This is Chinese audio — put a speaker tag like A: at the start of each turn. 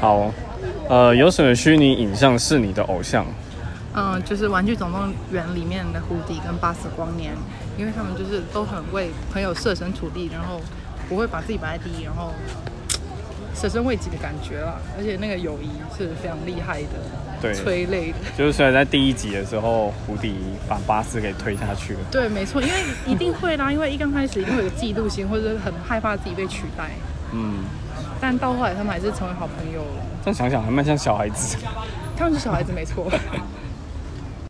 A: 好，呃，有什么虚拟影像是你的偶像？
B: 嗯，就是《玩具总动员》里面的胡迪跟巴斯光年，因为他们就是都很为朋友设身处地，然后不会把自己摆在第一，然后舍身为己的感觉啦。而且那个友谊是非常厉害的，
A: 对，
B: 催泪的。
A: 就是虽然在第一集的时候，胡迪把巴斯给推下去了，
B: 对，没错，因为一定会啦，因为一刚开始一定会有嫉妒心，或者是很害怕自己被取代。
A: 嗯，
B: 但到后来，他们还是成为好朋友了。
A: 这样想想还蛮像小孩子。
B: 他们是小孩子，没错。